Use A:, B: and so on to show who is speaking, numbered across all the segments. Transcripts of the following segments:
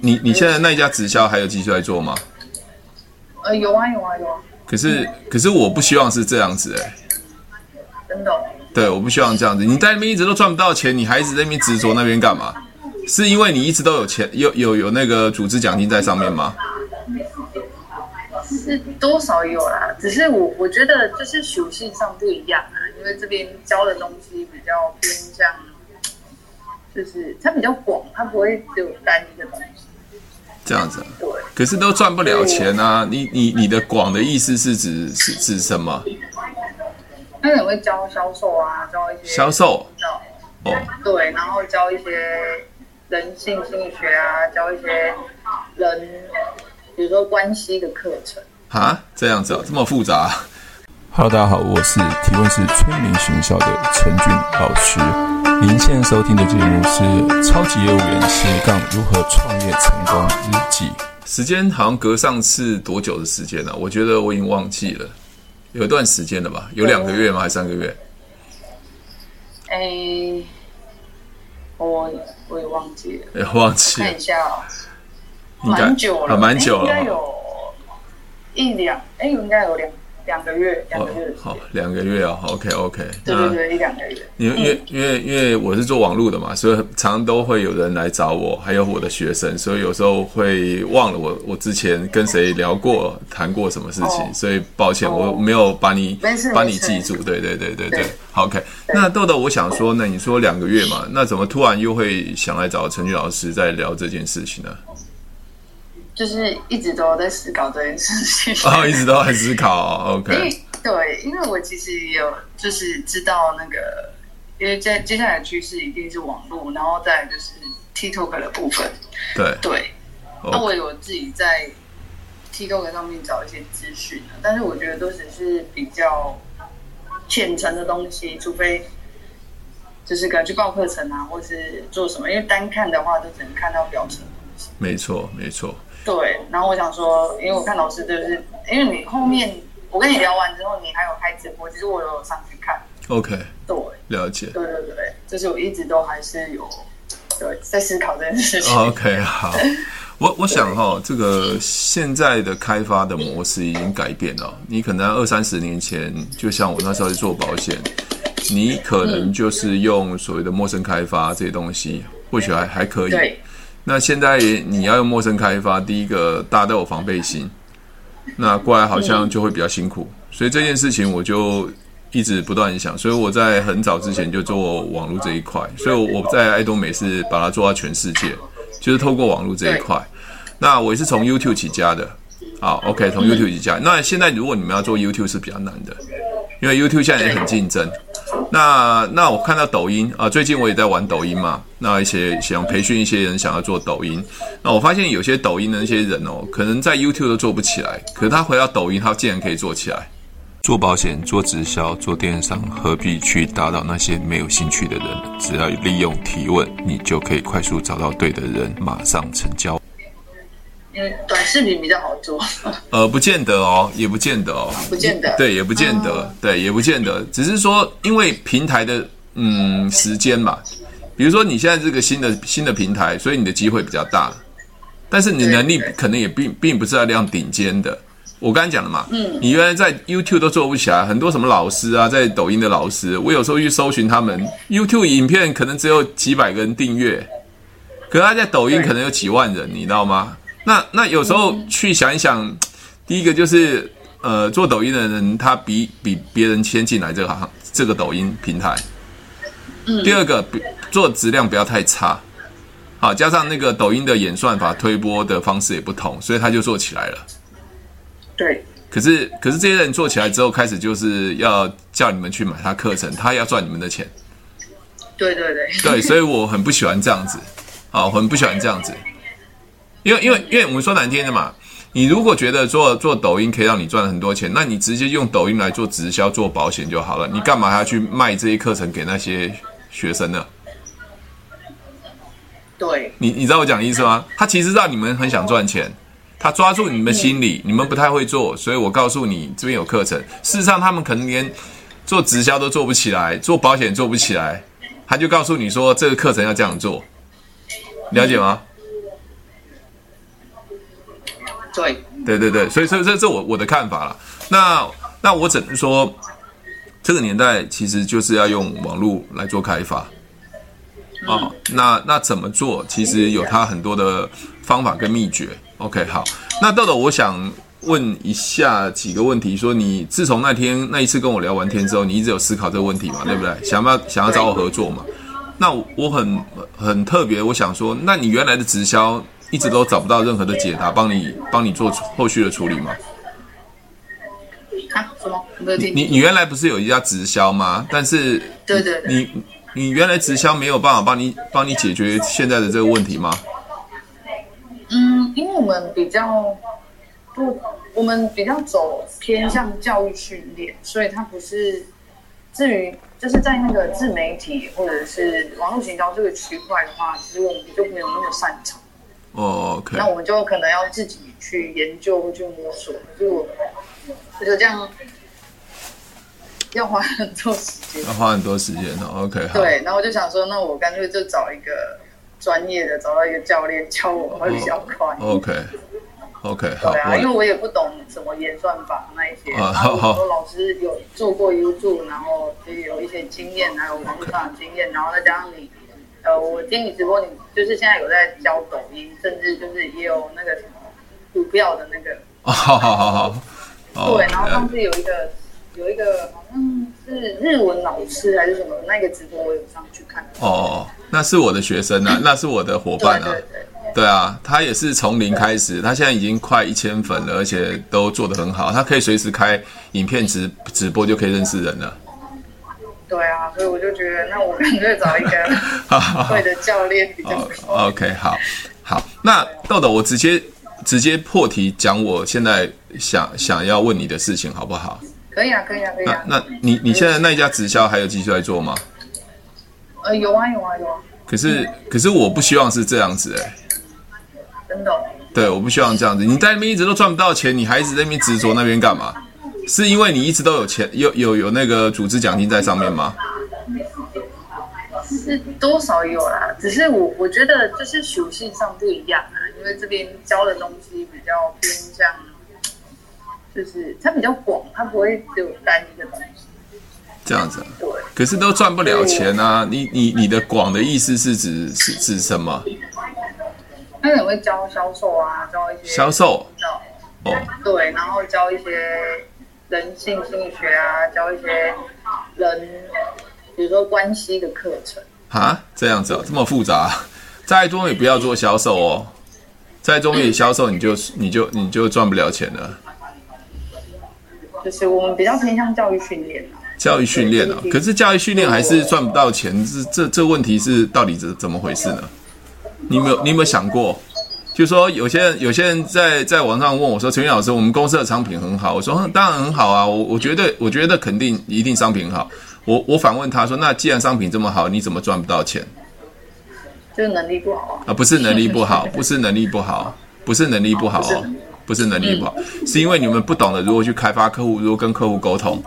A: 你你现在那一家直销还有继续在做吗？
B: 呃，有啊有啊有啊，
A: 可是可是我不希望是这样子哎、
B: 真的哦。
A: 对，我不希望这样子。你在那边一直都赚不到钱，你还一直在那边执着那边干嘛？是因为你一直都有钱，有有有那个组织奖金在上面吗？
B: 是多少有啦，只是我我觉得就是属性上不一样啊，因为这边教的东西比较偏向，就是它比较广，它不会只有单一的东西。
A: 这样子啊、
B: 对，
A: 可是都赚不了钱啊！你你你的广的意思是指是指什么？
B: 它可能会教销售啊，教一些
A: 销售
B: 教
A: 哦，
B: 对，然后教一些人性心理学啊，教一些人，比如说关系的课程。
A: 啊，这样子啊，这么复杂、啊。
C: Hello，大家好，我是提问是村民学校的陈俊老师。您现在收听的节目是《超级业务员斜杠如何创业成功日记》。
A: 时间好像隔上次多久的时间了、啊我觉得我已经忘记了，有一段时间了吧？有两个月吗？还是三个月？
B: 哎，我我也忘记了，
A: 哎、忘记了
B: 看一，下哦。
A: 应该
B: 蛮久了，哎
A: 啊蛮久了
B: 应该
A: 哦。
B: 有一两，哎，应该有两两个月，两
A: 哦
B: 个月的时
A: 好
B: 间。，
A: 两个月啊，OK OK。
B: 对对对，一两个月。
A: 因为因为因为因为我是做网络的嘛，所以常常都会有人来找我，还有我的学生，所以有时候会忘了我我之前跟谁聊过、谈过什么事情，
B: 哦
A: 所以抱歉，
B: 哦
A: 我没有把你
B: 没事
A: 把
B: 没
A: 你
B: 事
A: 记住。对对对对对
B: 对
A: 好，OK。那豆豆，我想说呢，你说两个月嘛，那怎么突然又会想来找陈俊老师在聊这件事 情呢？
B: 就是一直都有在思考这件事情。
A: 哦，一直都在思考哦
B: 因
A: ，OK。
B: 为对，因为我其实也有就是知道那个，因为接接下来的趋势一定是网络，然后再来就是 TikTok 的部分。
A: 对
B: 对，那
A: 哦
B: 我有自己在 TikTok 上面找一些资讯啊，但是我觉得都只是比较浅层的东西，除非就是可能去报课程啊，或是做什么，因为单看的话就只能看到表层。
A: 没错没错，
B: 对，然后我想说，因为我看老师就是，因为你后面我跟你聊完之后，你还有开直播，其实我有上去看。
A: ，OK，
B: 对，
A: 了解。
B: 对对对，就是我一直都还是有对在思考这件事情。
A: 哦 OK，好，我我想哈、这个现在的开发的模式已经改变了。你可能二三十年前，就像我那时候去做保险，你可
B: 嗯
A: 能就是用所谓的陌生开发这些东西，或许还还可以。
B: 对，
A: 那现在你要用陌生开发，第一个大家都有防备心，那过来好像就会比较辛苦，所以这件事情我就一直不断地想，所以我在很早之前就做网络这一块，所以我在爱多美是把它做到全世界，就是透过网络这一块。那我也是从 YouTube 起家的，好，OK，从
C: 嗯
A: YouTube 起家。那现在如果你们要做 YouTube 是比较难的，因为 YouTube 现在也很竞争。那那我看到抖音啊、最近我也在玩抖音嘛。那一些想培训一些人想要做抖音，那我发现有些抖音的那些人哦，可能在 YouTube 都做不起来，可是他回到抖音，他竟然可以做起来。
C: 做保险、做直销、做电商，何必去打扰那些没有兴趣的人？只要利用提问，你就可以快速找到对的人，马上成交。
B: 因为短视频比较好做，
A: 呃，不见得哦，也不见得哦，
B: 不见得嗯
A: 对，也不见得，对，也不见得，只是说因为平台的嗯时间嘛，比如说你现在这个新的新的平台，所以你的机会比较大，但是你的
B: 对
A: 能力
B: 对
A: 可能也并并不是在量顶尖的。我刚才讲了嘛，嗯，你原来在 YouTube 都做不起来，很多什么老师啊，在抖音的老师，我有时候去搜寻他们 YouTube 影片，可能只有几百个人订阅，可是他在抖音
B: 对
A: 可能有几万人，你知道吗？那那有时候去想一想，第一个就是呃，做抖音的人他比比别人先进来这个行这个抖音平台。第二个，不做质量不要太差，好，加上那个抖音的演算法推播的方式也不同，所以他就做起来了。
B: 对
A: 可是，可是这些人做起来之后，开始就是要叫你们去买他课程，他要赚你们的钱。
B: 对对对，
A: 对，所以我很不喜欢这样子，啊，我很不喜欢这样子，因为因为因为我们说难听的嘛，你如果觉得做做抖音可以让你赚很多钱，那你直接用抖音来做直销、做保险就好了，你干嘛还要去卖这些课程给那些学生呢？
B: 对
A: 你你知道我讲的意思吗？他其实让你们很想赚钱，他抓住你们的心理，你们不太会做，所以我告诉你，这边有课程。事实上，他们可能连做直销都做不起来，做保险做不起来，他就告诉你说这个课程要这样做，了解吗？
B: 对，
A: 对对对，所以所以这这我我的看法啦。那那我只能说，这个年代其实就是要用网络来做开发。哦，那那怎么做？其实有它很多的方法跟秘诀。OK，好，那豆豆，我想问一下几个问题，说你自从那天那一次跟我聊完天之后，你一直有思考这个问题嘛？对不对？想要想要找我合作嘛？那我我很很特别，我想说，那你原来的直销一直都找不到任何的解答，帮你帮你做后续的处理吗？
B: 啊，什么？没有听
A: 你你原来不是有一家直销吗？但是
B: 对对对，
A: 你你原来直销没有办法帮你帮你解决现在的这个问题吗？
B: 嗯，因为我们比较不，我们比较走偏向教育训练，所以它不是至于就是在那个自媒体或者是网络行销这个区块的话，其实我们就没有那么擅长。
A: 哦，OK，
B: 那我们就可能要自己去研究或去摸索。可是我我就这样要花很多时间。
A: 要花很多时间哦。OK，好，
B: 对，然后我就想说，那我干脆就找一个专业的，找到一个教练教我会比较快。
A: ，OK OK，好，
B: 对啊，因为
A: 我
B: 我也不懂什么演算法那一些，
A: 啊
B: 然后
A: 好
B: 很多老师有做过 YouTube，然后也有一些经验，啊还有网络上的经验，然后再加上你，呃，我听你直播，你就是现在有在教抖音，甚至就是也有那个什么股票的那个，
A: 哦，好好好好，哦
B: 对，然后上次有一个有一个好像是日文老师还是什么，那个直播我有上去看，
A: 哦哦，那是我的学生啊，那是我的伙
B: 对
A: 伴啊
B: 对，对。
A: 对啊，他也是从零开始，他现在已经快一千粉了，而且都做得很好，他可以随时开影片直直播就可以认识人了。
B: 对啊，所以我就觉得，那我干脆找一 个
A: 哈哈哈
B: 会的教练比较
A: 哦
B: 好。
A: ，OK，好，好，那豆豆，我直接直接破题讲我现在想想要问你的事情，好不好？
B: 可以啊，可以啊，可以
A: 那
B: 啊。
A: 那你你现在那一家直销还有继续在做吗？
B: 呃，有啊，有啊，有啊，
A: 可是可是我不希望是这样子哎、
B: 真的哦。
A: 对，我不希望这样子。你在那边一直都赚不到钱，你还一直在那边执着那边干嘛？是因为你一直都有钱，有有有那个组织奖金在上面吗？
B: 是多少有啦，只是我我觉得就是属性上不一样啊，因为这边教的东西比较偏向，就是它比较广，它不会只有单一个东西。
A: 这样子啊、
B: 对，
A: 可是都赚不了钱啊！你你你的广的意思是指是指什么？
B: 它可能会教销售啊，教一些
A: 销售
B: 教
A: 哦，
B: 对，然后教一些人性心理学啊，教一些人，比如说关系的课程。
A: 啊，这样子哦，这么复杂、再多也不要做销售哦，再多也销售你就你就你就赚不了钱了。
B: 就是我们比较偏向教育训练啊。
A: 教育训练啊，可是教育训练还是赚不到钱，这这这问题是到底怎怎么回事呢？你有没有你有没有想过？就说有些人有些人在在网上问我说：“陈云老师，我们公司的商品很好。”我说：“嗯当然很好啊，我我觉得我觉得肯定一定商品好。我”我反问他说：“那既然商品这么好，你怎么赚不到钱
B: 就是能力不好啊。
A: 啊？不是能力不 好，不是能力不好，不是能力不好哦，不是能力不好，是因为你们不懂得如何去开发客户，如何跟客户沟通。”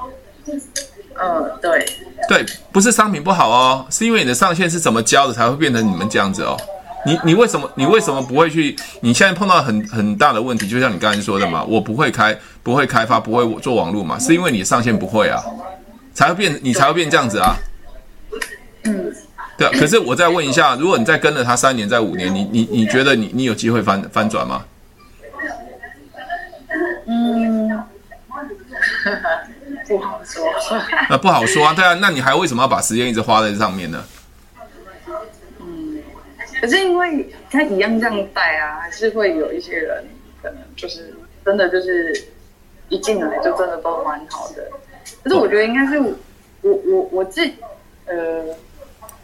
B: 嗯，对，
A: 对，不是商品不好哦，是因为你的上线是怎么教的，才会变成你们这样子哦。你你为什么你为什么不会去？你现在碰到很很大的问题，就像你刚才说的嘛，我不会开不会开发不会做网络嘛，是因为你上线不会啊，才会变你才会变这样子啊。
B: 嗯，
A: 对啊。可是我再问一下，如果你再跟了他三年、再五年，你你你觉得你你有机会翻翻转吗？
B: 嗯， 不好说。
A: 那不好说啊。对啊，那你还为什么要把时间一直花在这上面呢？
B: 可是因为他一样这样带啊，还是会有一些人可能就是真的就是一进来就真的都蛮好的。可是我觉得应该是我我我自呃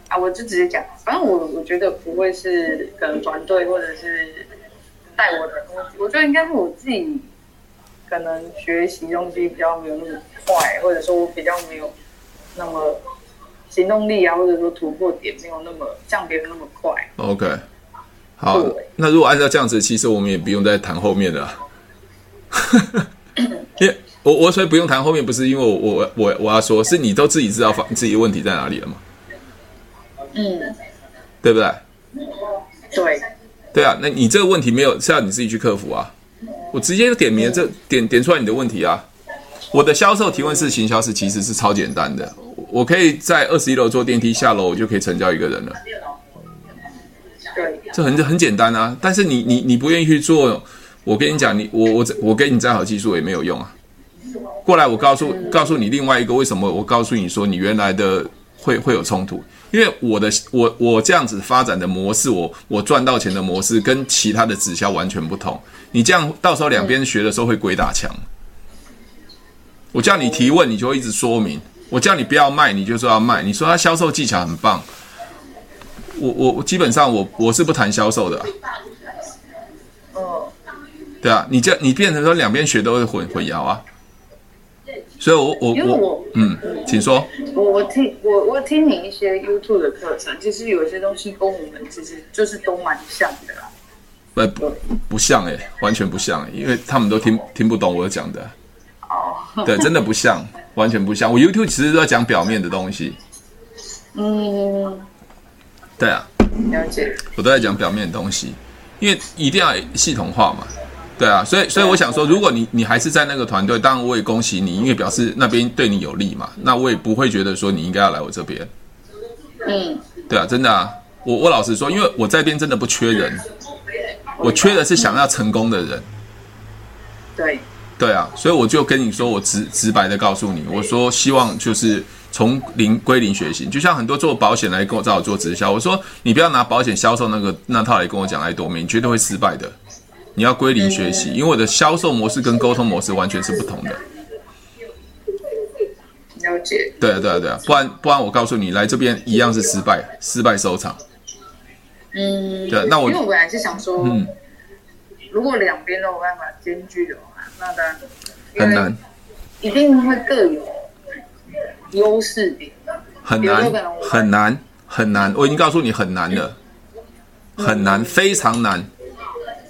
B: 啊，我就直接讲，反正我我觉得不会是可能团队或者是带我的，我我觉得应该是我自己可能学习东西比较没有那么快，或者说我比较没有那么行动力啊，或者说突破点没有那么像别人那么快。
A: OK，好
B: 对，
A: 那如果按照这样子，其实我们也不用再谈后面了 啊。因为我我所以不用谈后面，不是因为我我我我要说，是你都自己知道发自己的问题在哪里了嘛，
B: 嗯，
A: 对不对？
B: 对，
A: 对啊，那你这个问题没有是要你自己去克服啊。我直接点名了这点点出来你的问题啊。我的销售提问式行销是其实是超简单的，我我可以在二十一楼坐电梯下楼，我就可以成交一个人了，
B: 对，
A: 这很很简单啊。但是你你你不愿意去做，我跟你讲，你我我我给你再好技术也没有用啊。过来，我告诉告诉你另外一个为什么，我告诉你说你原来的会会有冲突，因为我的我我这样子发展的模式，我我赚到钱的模式跟其他的直销完全不同。你这样到时候两边学的时候会鬼打墙。我叫你提问，你就会一直说明；我叫你不要卖，你就说要卖。你说他销售技巧很棒，我我我基本上我我是不谈销售的啊、
B: 嗯，
A: 对啊，你这你变成说两边学都会混混淆啊。所以我，我
B: 因为
A: 我
B: 我
A: 嗯，请说。
B: 我我听我我听你一些 YouTube 的课程，其实有一些东西跟我们其实就是都蛮像的啦。
A: 不不不像哎、完全不像、欸，因为他们都听听不懂我讲的，
B: 哦，
A: 对，真的不像，完全不像。我 YouTube 其实都在讲表面的东西，
B: 嗯，
A: 对啊，
B: 了解。
A: 我都在讲表面的东西，因为一定要系统化嘛，对啊，所以所以我想说，如果你你还是在那个团队，当然我也恭喜你，因为表示那边对你有利嘛，那我也不会觉得说你应该要来我这边，
B: 嗯，
A: 对啊，真的啊，我我老实说，因为我这边真的不缺人，我缺的是想要成功的人。
B: 对，
A: 对啊，所以我就跟你说，我直直白的告诉你，我说希望就是从零归零学习，就像很多做保险来跟我找我做直销，我说你不要拿保险销售那个那套来跟我讲来多美，你绝对会失败的。你要归零学习，因为我的销售模式跟沟通模式完全是不同的。
B: 了解。
A: 对啊，对啊，对啊，不然不然我告诉你，来这边一样是失败，失败收场。
B: 嗯，
A: 对啊那我
B: 因为我本来是想说，
A: 嗯
B: 如果两边都有办法兼具的话，那当然
A: 很难，
B: 因为一定会各有优势点。
A: 很难，很难，很难。我已经告诉你很难了，很难，非常难，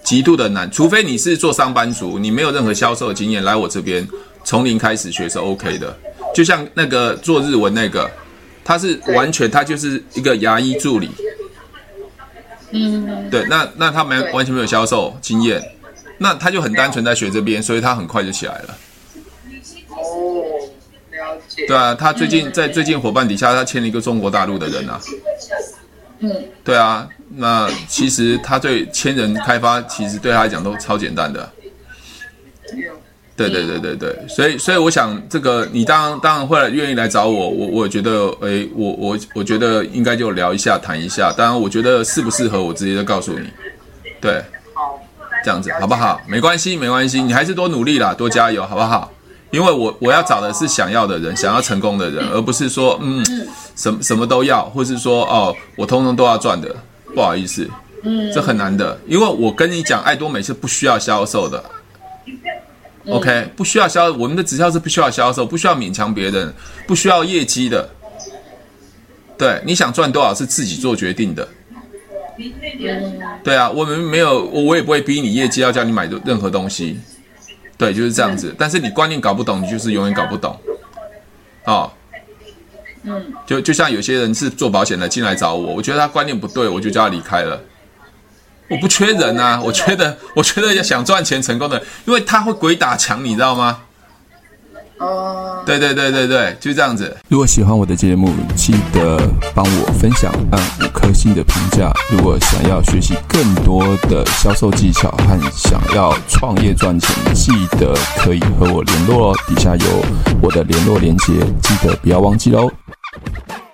A: 极度的难。除非你是做上班族，你没有任何销售经验，来我这边从零开始学是 OK 的。就像那个做日文那个，他是完全他就是一个牙医助理，
B: 嗯，
A: 对，那那他们
B: 对
A: 完全没有销售经验，那他就很单纯在学这边，所以他很快就起来了。
B: 哦，了解。
A: 对啊，他最近在最近伙伴底下，他签了一个中国大陆的人啊。
B: 嗯，
A: 对啊，那其实他对千人开发，其实对他来讲都超简单的。
B: 嗯
A: 对对对对对，所以所以我想，这个你当然当然会来愿意来找我，我我觉得，诶，我我我觉得应该就聊一下，谈一下。当然，我觉得适不适合，我直接就告诉你。对，
B: 好，
A: 这样子好不好？没关系，没关系，你还是多努力啦，多加油，好不好？因为我我要找的是想要的人，想要成功的人，而不是说嗯，什么什么都要，或是说哦，我通通都要赚的。不好意思，嗯，这很难的，因为我跟你讲，爱多美是不需要销售的。OK，不需要销，我们的直销是不需要销售，不需要勉强别人，不需要业绩的。对，你想赚多少是自己做决定的。对啊，我们没有，我我也不会逼你业绩要叫你买任何东西，对，就是这样子。但是你观念搞不懂，你就是永远搞不懂，哦，嗯，就就像有些人是做保险的进来找我，我觉得他观念不对，我就叫他离开了。我不缺人啊，我缺的，我觉得要想赚钱成功的，因为他会鬼打墙，你知道吗？
B: 嗯，
A: 对对对对对，就这样子。
C: 如果喜欢我的节目，记得帮我分享，按五颗星的评价。如果想要学习更多的销售技巧和想要创业赚钱，记得可以和我联络哦。底下有我的联络连接，记得不要忘记喽。